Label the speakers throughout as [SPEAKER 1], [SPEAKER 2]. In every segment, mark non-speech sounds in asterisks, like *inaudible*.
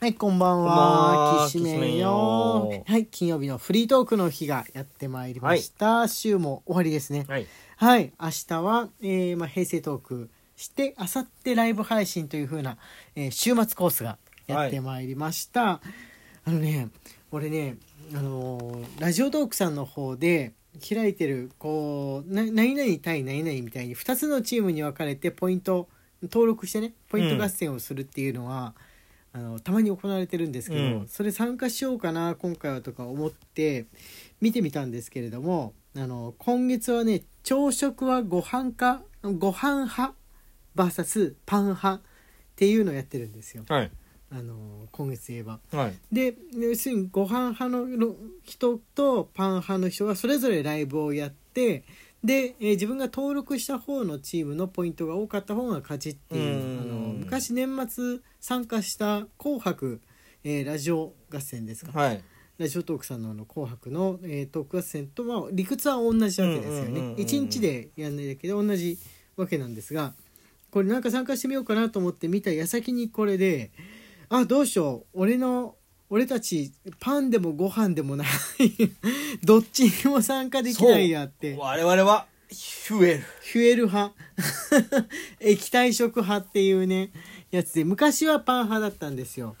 [SPEAKER 1] はい、こんば
[SPEAKER 2] こ
[SPEAKER 1] ん
[SPEAKER 2] んばん
[SPEAKER 1] は。
[SPEAKER 2] は
[SPEAKER 1] きしめ
[SPEAKER 2] きし
[SPEAKER 1] ん
[SPEAKER 2] めん
[SPEAKER 1] よ
[SPEAKER 2] よ。
[SPEAKER 1] はい、金曜日のフリートークの日がやってまいりました。週も終わりですね。
[SPEAKER 2] はい
[SPEAKER 1] はい、明日は、えーまあ、平成トークして、明後日ライブ配信という風な、えー週末コースがやってまいりました。あのね、俺ね、あのーラジオトークさんの方で開いてる、こう、な何々対何々みたいに2つのチームに分かれてポイント、登録してね、ポイント合戦をするっていうのは、あのたまに行われてるんですけど、
[SPEAKER 2] うん
[SPEAKER 1] それ参加しようかな今回はとか思って見てみたんですけれどもあの今月はね朝食はご飯かご飯派 VS パン派っていうのをやってるんですよ
[SPEAKER 2] はい
[SPEAKER 1] あの今月で言えば。
[SPEAKER 2] はい
[SPEAKER 1] で要するにご飯派のの人とパン派の人がそれぞれライブをやってで、えー自分が登録した方のチームのポイントが多かった方が勝ちっていう
[SPEAKER 2] うん
[SPEAKER 1] あの昔年末参加した「紅白」えーラジオ合戦ですか、
[SPEAKER 2] はい
[SPEAKER 1] ラジオトークさんのあの紅白の、えートーク合戦と、まあ、理屈は同じわけですよ
[SPEAKER 2] うんうんうんう
[SPEAKER 1] ね
[SPEAKER 2] ん
[SPEAKER 1] 一日でやんないだけで同じわけなんですがこれなんか参加してみようかなと思って見た矢先にこれであどうしよう俺の俺たちパンでもご飯でもない *laughs* どっちにも参加できないやって
[SPEAKER 2] 我々は増える
[SPEAKER 1] フュエル派 *laughs* 液体食派っていうねやつで昔はパン派だったんですよ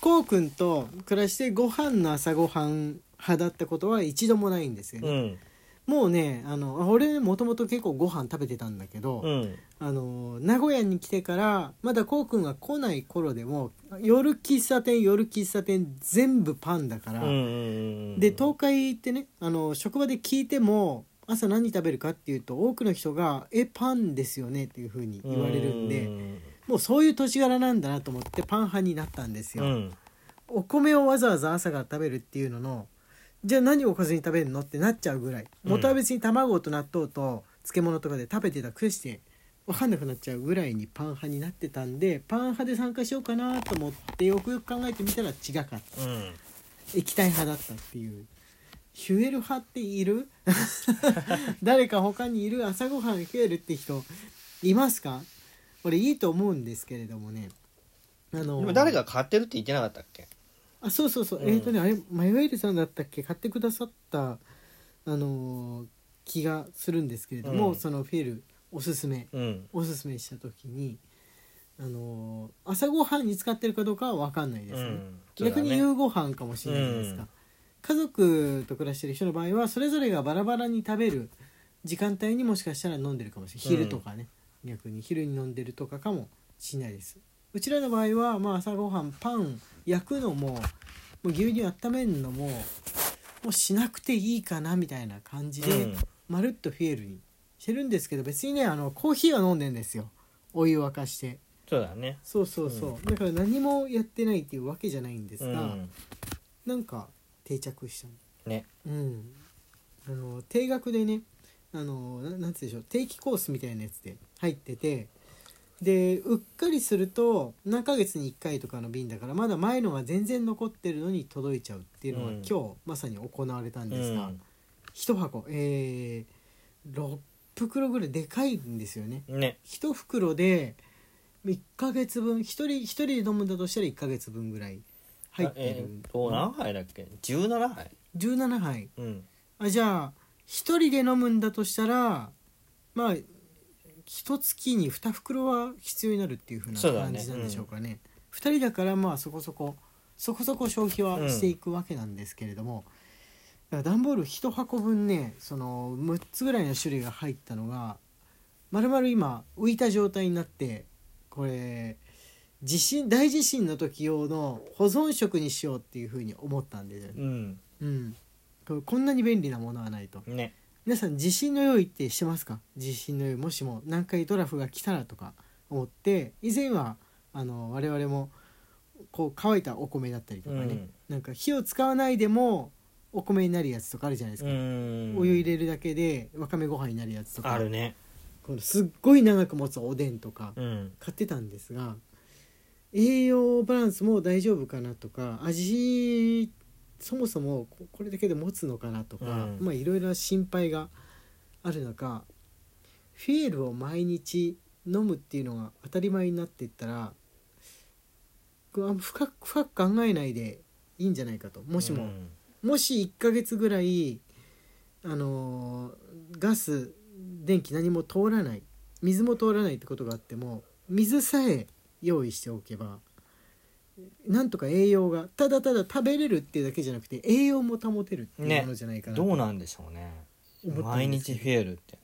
[SPEAKER 1] こうくんと暮らしてご飯の朝ごはん派だったことは一度もないんですよ
[SPEAKER 2] う
[SPEAKER 1] ね、
[SPEAKER 2] ん
[SPEAKER 1] もうねあのあ俺もともと結構ご飯食べてたんだけど、
[SPEAKER 2] うん
[SPEAKER 1] あの名古屋に来てからまだこうくんが来ない頃でも夜喫茶店夜喫茶店全部パンだから、
[SPEAKER 2] うん
[SPEAKER 1] で東海ってねあの職場で聞いても朝何食べるかっていうと多くの人が「えパンですよね」っていうふうに言われるんでもうそういう年柄なんだなと思ってパン派になったんで
[SPEAKER 2] う
[SPEAKER 1] すよ、
[SPEAKER 2] ん
[SPEAKER 1] お米をわざわざ朝から食べるっていうののじゃあ何をおかずに食べるのってなっちゃうぐらい
[SPEAKER 2] うん
[SPEAKER 1] 元は別に卵と納豆と漬物とかで食べてたくして分かんなくなっちゃうぐらいにパン派になってたんでパン派で参加しようかなと思ってよくよく考えてみたら違かった。
[SPEAKER 2] うん
[SPEAKER 1] 液体派だったっていうヒュエル派っている *laughs* 誰か他にいる朝ごはんヒュエルって人いますか俺いいと思うんですけれどもねあの
[SPEAKER 2] 今誰が買ってるって言ってなかったっけ
[SPEAKER 1] あそうそうそう、
[SPEAKER 2] うん
[SPEAKER 1] えっ、とねあれマイウェイルさんだったっけ買ってくださったあのー気がするんですけれども、
[SPEAKER 2] うん
[SPEAKER 1] そのフィエルおすすめ
[SPEAKER 2] うん
[SPEAKER 1] おすすめした時にあのー朝ごはんに使ってるかどうかは分かんないですね、逆に夕ご飯かもしれないじゃないですか、
[SPEAKER 2] うん
[SPEAKER 1] 家族と暮らしてる人の場合はそれぞれがバラバラに食べる時間帯にもしかしたら飲んでるかもしれない昼とかね、逆に昼に飲んでるとかかもしれないですうちらの場合は、まあ、朝ごはんパン焼くのももう牛乳温めるのももうしなくていいかなみたいな感じで、
[SPEAKER 2] うん
[SPEAKER 1] まるっとフィエルにしてるんですけど別にねあのコーヒーは飲んでんですよお湯沸かして
[SPEAKER 2] そうだね
[SPEAKER 1] そうそうそう、だから何もやってないっていうわけじゃないんです
[SPEAKER 2] う
[SPEAKER 1] が、
[SPEAKER 2] ん
[SPEAKER 1] なんか定着したね
[SPEAKER 2] ね
[SPEAKER 1] うんあの定額でねあのななんて言うんでしょう定期コースみたいなやつで入っててでうっかりすると何ヶ月に1回とかの便だからまだ前のが全然残ってるのに届いちゃうっていうのが
[SPEAKER 2] うん
[SPEAKER 1] 今日まさに行われたん
[SPEAKER 2] う
[SPEAKER 1] ですが、
[SPEAKER 2] ん
[SPEAKER 1] 1箱えー、6袋ぐらいでかいんですよね
[SPEAKER 2] ね
[SPEAKER 1] 1袋で1ヶ月分1人一人で飲むんだとしたら1ヶ月分ぐらい入ってる、
[SPEAKER 2] えっと何杯だっけ17杯
[SPEAKER 1] 17杯
[SPEAKER 2] うん
[SPEAKER 1] あじゃあ一人で飲むんだとしたらまあ一月に2袋は必要になるっていう風な
[SPEAKER 2] そうだね
[SPEAKER 1] 感じなんでしょうかね二2人だからまあそこそこそこそこ消費はしていくわけなんですけれども、だから段ボール1箱分ねその6つぐらいの種類が入ったのがまるまる今浮いた状態になってこれ地震大地震の時用の保存食にしようっていう風に思ったんですよね
[SPEAKER 2] うん
[SPEAKER 1] うん、ここんなに便利なものはないと
[SPEAKER 2] ね
[SPEAKER 1] 皆さん地震の用意ってしてますか地震の用意もしも南海トラフが来たらとか思って以前はあの我々もこう乾いたお米だったりとかね、
[SPEAKER 2] うん
[SPEAKER 1] なんか火を使わないでもお米になるやつとかあるじゃないです
[SPEAKER 2] う
[SPEAKER 1] か、
[SPEAKER 2] ん
[SPEAKER 1] お湯入れるだけでわかめご飯になるやつとか
[SPEAKER 2] あるね
[SPEAKER 1] このすっごい長く持つおでんとか、
[SPEAKER 2] うん
[SPEAKER 1] 買ってたんですが栄養バランスも大丈夫かなとか味そもそもここれだけで持つのかなとか、
[SPEAKER 2] うん
[SPEAKER 1] まあいろいろな心配がある中フィエルを毎日飲むっていうのが当たり前になっていったらくあ深く深く考えないでいいんじゃないかともしも、
[SPEAKER 2] うん
[SPEAKER 1] もし1ヶ月ぐらいあのーガス電気何も通らない水も通らないってことがあっても水さえ用意しておけばなんとか栄養がただただ食べれるっていうだけじゃなくて栄養も保てるっていう
[SPEAKER 2] ね
[SPEAKER 1] ものじゃないかなと
[SPEAKER 2] ど
[SPEAKER 1] 思
[SPEAKER 2] う
[SPEAKER 1] っ
[SPEAKER 2] なんでしょうね
[SPEAKER 1] てるんです
[SPEAKER 2] 毎日フィエルって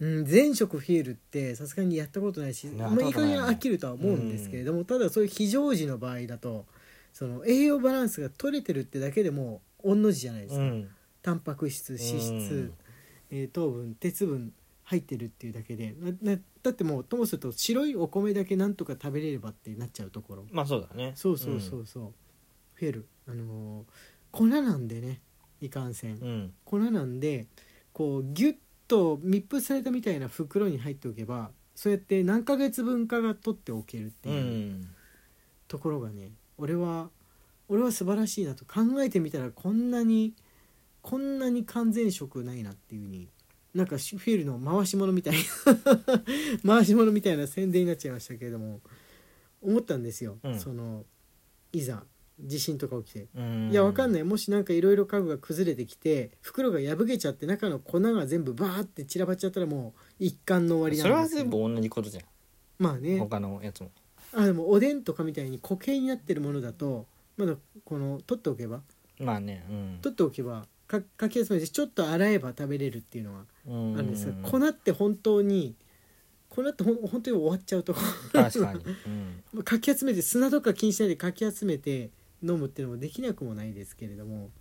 [SPEAKER 1] うん、前職フィールってさすがにやったことないし、
[SPEAKER 2] ね
[SPEAKER 1] まあ、いい加減
[SPEAKER 2] やったことない
[SPEAKER 1] 飽
[SPEAKER 2] ね
[SPEAKER 1] きるとは思うんですけれども、ただそういう非常時の場合だとその栄養バランスが取れてるってだけでも御の字じゃないです
[SPEAKER 2] う
[SPEAKER 1] か、
[SPEAKER 2] ん
[SPEAKER 1] タンパク質脂質、えー糖分鉄分入ってるっていうだけでななだってもうともすると白いお米だけなんとか食べれればってなっちゃうところ
[SPEAKER 2] まあそうだね
[SPEAKER 1] そうそうそうそう、増えるあのー粉なんでねいかんせん
[SPEAKER 2] うん、うん
[SPEAKER 1] 粉なんでこうギュッと密封されたみたいな袋に入っておけばそうやって何ヶ月分かが取っておけるって
[SPEAKER 2] う
[SPEAKER 1] いううんところがね、俺は俺は素晴らしいなと考えてみたらこんなにこんなに完全食ないなっていう風になんかシュフィールの回し物みたいな *laughs* 回し物みたいな宣伝になっちゃいましたけれども思ったんですよ、
[SPEAKER 2] うん
[SPEAKER 1] そのいざ地震とか起きて
[SPEAKER 2] うん
[SPEAKER 1] いやわかん
[SPEAKER 2] ない
[SPEAKER 1] ないもしなんかいろいろ家具が崩れてきて袋が破けちゃって中の粉が全部バーって散らばっちゃったらもう一貫の終わり
[SPEAKER 2] それ
[SPEAKER 1] なん
[SPEAKER 2] は
[SPEAKER 1] ですよ
[SPEAKER 2] 全部同じことじゃん
[SPEAKER 1] まあね
[SPEAKER 2] 他のやつも
[SPEAKER 1] あでもおでんとかみたいに固形になってるものだとまだこの取っておけば
[SPEAKER 2] まあねうん
[SPEAKER 1] 取っておけばかかき集めてちょっと洗えば食べれるっていうのが
[SPEAKER 2] うん
[SPEAKER 1] あるんですが粉って本当に粉ってほん本当に終わっちゃうとこ
[SPEAKER 2] 確
[SPEAKER 1] *laughs*
[SPEAKER 2] かに、うん、
[SPEAKER 1] まあかき集めて砂とか気にしないでかき集めて飲むっていうのもできなくもないですけれども、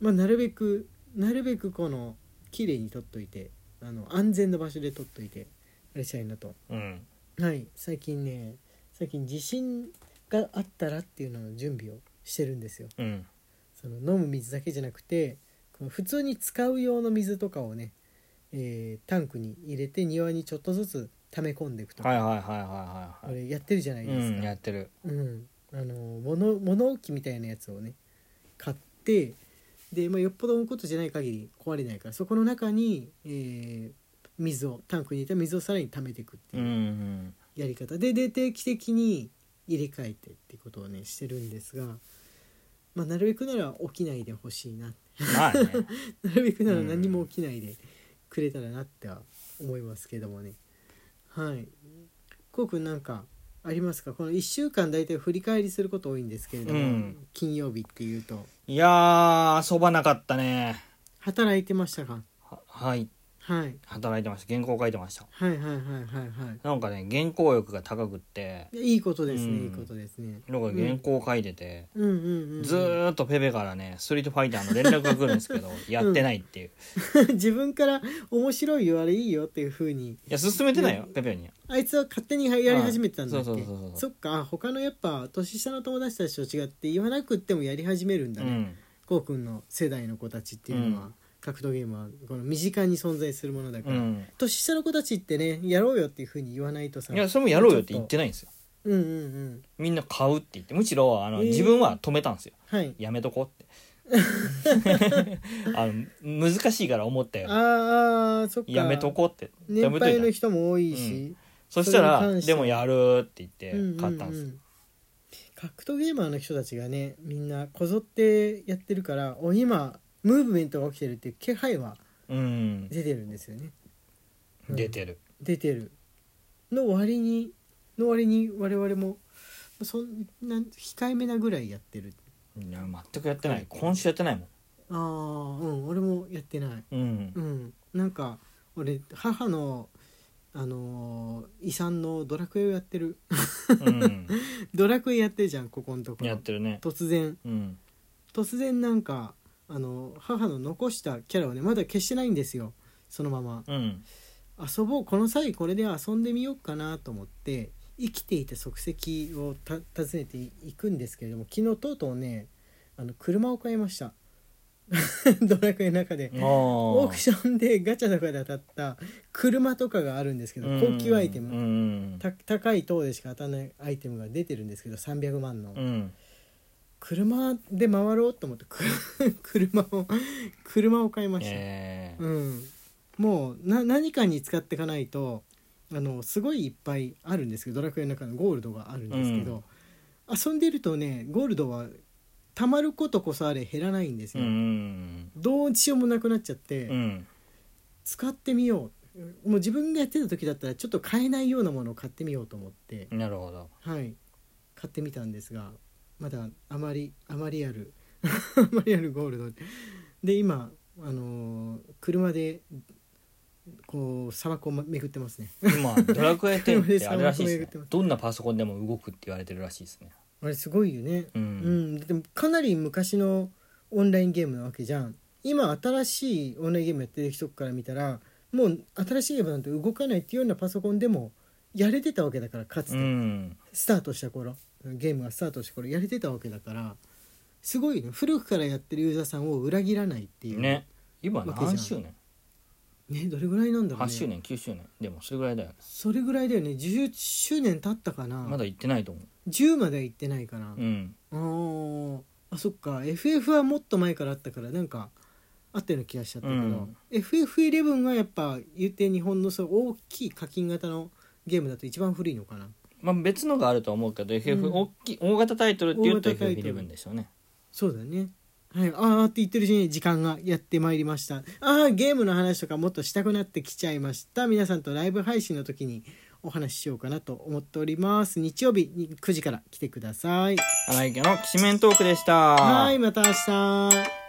[SPEAKER 1] まあ、なるべくなるべくこの綺麗に取っといてあの安全な場所で取っといてあれしたいなと
[SPEAKER 2] うん、
[SPEAKER 1] はい最近ね最近地震があったらっていうのの準備をしてるんですよ
[SPEAKER 2] うん、
[SPEAKER 1] その飲む水だけじゃなくてこの普通に使う用の水とかをね、えータンクに入れて庭にちょっとずつ溜め込んでいくとか、
[SPEAKER 2] はいはいはいはいはいはい
[SPEAKER 1] これやってるじゃないですか、
[SPEAKER 2] うんやってる
[SPEAKER 1] うん、あの物物置みたいなやつをね買ってで、まあ、よっぽどのことじゃない限り壊れないからそこの中に、えー水をタンクに入れた水をさらに溜めていくって
[SPEAKER 2] うん
[SPEAKER 1] いううんやり方でで定期的に入れ替えてってことをねしてるんですが、まあ、なるべくなら起きないでほしいな *laughs*
[SPEAKER 2] まあね
[SPEAKER 1] なるべくなら何も起きないでくれたらなっては思いますけどもねはいこうくんなんかありますかこの1週間大体振り返りすること多いんですけれども、
[SPEAKER 2] うん
[SPEAKER 1] 金曜日っていうと
[SPEAKER 2] いやー遊ばなかったね
[SPEAKER 1] 働いてましたか、
[SPEAKER 2] ははい
[SPEAKER 1] はい、
[SPEAKER 2] 働いてました原稿書いてました
[SPEAKER 1] はいはいはいはいは
[SPEAKER 2] なんかね原稿欲が高くって
[SPEAKER 1] いいいことですね、
[SPEAKER 2] うん
[SPEAKER 1] いいことですね
[SPEAKER 2] なんか原稿書いてて、
[SPEAKER 1] うんうんうん
[SPEAKER 2] ずーっとペペからねストリートファイターの連絡が来るんですけ
[SPEAKER 1] *laughs*
[SPEAKER 2] どやってないっていう
[SPEAKER 1] 自分から面白いよあれいいよっていうふうに
[SPEAKER 2] いや進めてないよペペには
[SPEAKER 1] あいつは勝手にやり始めてたんだっけ、
[SPEAKER 2] はいそうそうそうそう
[SPEAKER 1] そっか他のやっぱ年下の友達たちと違って言わなくってもやり始めるんだ
[SPEAKER 2] う
[SPEAKER 1] ね、
[SPEAKER 2] ん
[SPEAKER 1] こうくんの世代の子たちっていうのは、
[SPEAKER 2] うん
[SPEAKER 1] 格闘ゲームはこの身近に存在するものだか
[SPEAKER 2] う
[SPEAKER 1] ら、
[SPEAKER 2] ん
[SPEAKER 1] 年下の子たちってねやろうよっていうふうに言わないとさ
[SPEAKER 2] いやそれもやろうよって言ってないんですよ
[SPEAKER 1] うんうんうん
[SPEAKER 2] みんな買うって言ってむしろあの、
[SPEAKER 1] えー
[SPEAKER 2] 自分は止めたんですよ
[SPEAKER 1] はい
[SPEAKER 2] やめとこう
[SPEAKER 1] *laughs*
[SPEAKER 2] ってあの難しいから思ったより
[SPEAKER 1] あーあーそっか
[SPEAKER 2] やめとこうってや
[SPEAKER 1] 年
[SPEAKER 2] めとい
[SPEAKER 1] 配
[SPEAKER 2] た
[SPEAKER 1] の人も多いし、
[SPEAKER 2] そした
[SPEAKER 1] それに
[SPEAKER 2] ら
[SPEAKER 1] 関し
[SPEAKER 2] で
[SPEAKER 1] ては
[SPEAKER 2] もやるって
[SPEAKER 1] う
[SPEAKER 2] 言って買ったんですよ、
[SPEAKER 1] 格闘ゲーマーの人たちがねみんなこぞってやってるからお今ムーブメントが起きてるっていう気配は
[SPEAKER 2] うん
[SPEAKER 1] 出てるんですよねうん
[SPEAKER 2] 出てる
[SPEAKER 1] 出てるの割にの割に我々もそんな控えめなぐらいやってる
[SPEAKER 2] いや全くやってない今週やってないもん
[SPEAKER 1] ああうん俺もやってない
[SPEAKER 2] うん
[SPEAKER 1] うんなんか俺母のあのー遺産のドラクエをやってる *laughs*
[SPEAKER 2] うん、
[SPEAKER 1] ドラクエやってるじゃんここのとこ
[SPEAKER 2] やってるね
[SPEAKER 1] 突然
[SPEAKER 2] うん
[SPEAKER 1] 突然なんかあの母の残したキャラをねまだ消してないんですよそのまま *laughs*
[SPEAKER 2] うん
[SPEAKER 1] 遊ぼうこの際これで遊んでみようかなと思って生きていた足跡をた訪ねていくんですけれども昨日とうとうねあの車を買いました *laughs* ドラクエの中でオ
[SPEAKER 2] オ
[SPEAKER 1] ークションでガチャとかで当たった車とかがあるんですけど高級アイテ
[SPEAKER 2] う
[SPEAKER 1] ム
[SPEAKER 2] ん
[SPEAKER 1] た高い塔でしか当たらないアイテムが出てるんですけど300万の
[SPEAKER 2] うん
[SPEAKER 1] 車で回ろうと思って *laughs* く車を車を買いました
[SPEAKER 2] ええ
[SPEAKER 1] うん、もうな何かに使っていかないとあのすごいいっぱいあるんですけどドラクエの中のゴールドがあるんですけど、遊んでるとねゴールドはたまることこそあれ減らないんです
[SPEAKER 2] う
[SPEAKER 1] よ、
[SPEAKER 2] ん
[SPEAKER 1] どうしようもなくなっちゃって、
[SPEAKER 2] うん
[SPEAKER 1] 使ってみようもう自分がやってた時だったらちょっと買えないようなものを買ってみようと思って、
[SPEAKER 2] なるほど
[SPEAKER 1] はい買ってみたんですがまだあまりあまりある *laughs* あまりあるゴールドで今あのー車でこう砂漠をま巡ってますね *laughs*
[SPEAKER 2] 今ドラクエ10ってあれらしいですね
[SPEAKER 1] 車で散歩巡ってます
[SPEAKER 2] どんなパソコンでも動くって言われてるらしいですね
[SPEAKER 1] あれすごいよね
[SPEAKER 2] う
[SPEAKER 1] うん、
[SPEAKER 2] ん
[SPEAKER 1] でもかなり昔のオンラインゲームなわけじゃん今新しいオンラインゲームやってる人から見たらもう新しいゲームなんて動かないっていうようなパソコンでもやれてたわけだからか
[SPEAKER 2] う
[SPEAKER 1] つて、
[SPEAKER 2] ん
[SPEAKER 1] スタートした頃ゲームがスタートした頃やれてたわけだからすごいね古くからやってるユーザーさんを裏切らないっていう
[SPEAKER 2] ね今何周年
[SPEAKER 1] ねどれぐらいなんだろ
[SPEAKER 2] 8
[SPEAKER 1] うね
[SPEAKER 2] 周年9周年でもそれぐらいだよね
[SPEAKER 1] それぐらいだよね10周年経ったかな、
[SPEAKER 2] まだ行ってないと思
[SPEAKER 1] 10までは行ってないかな
[SPEAKER 2] ううん
[SPEAKER 1] あーあそっか FF はもっと前からあったからなんかあったような気がしちゃったけど、
[SPEAKER 2] うん
[SPEAKER 1] FF11 はやっぱ言って日本のそう大きい課金型のゲームだと一番古いのかな
[SPEAKER 2] まあ別のがあるとは思うけど FF
[SPEAKER 1] うん
[SPEAKER 2] 大きい大型タイトルって言うと
[SPEAKER 1] 大型タイトル
[SPEAKER 2] FF11 でしょうね
[SPEAKER 1] そうだねはい、あーって言ってるうちに時間がやってまいりましたああゲームの話とかもっとしたくなってきちゃいました皆さんとライブ配信の時にお話ししようかなと思っております日曜日に9時から来てください
[SPEAKER 2] 荒井家のきしめんトークでした
[SPEAKER 1] はいまた明日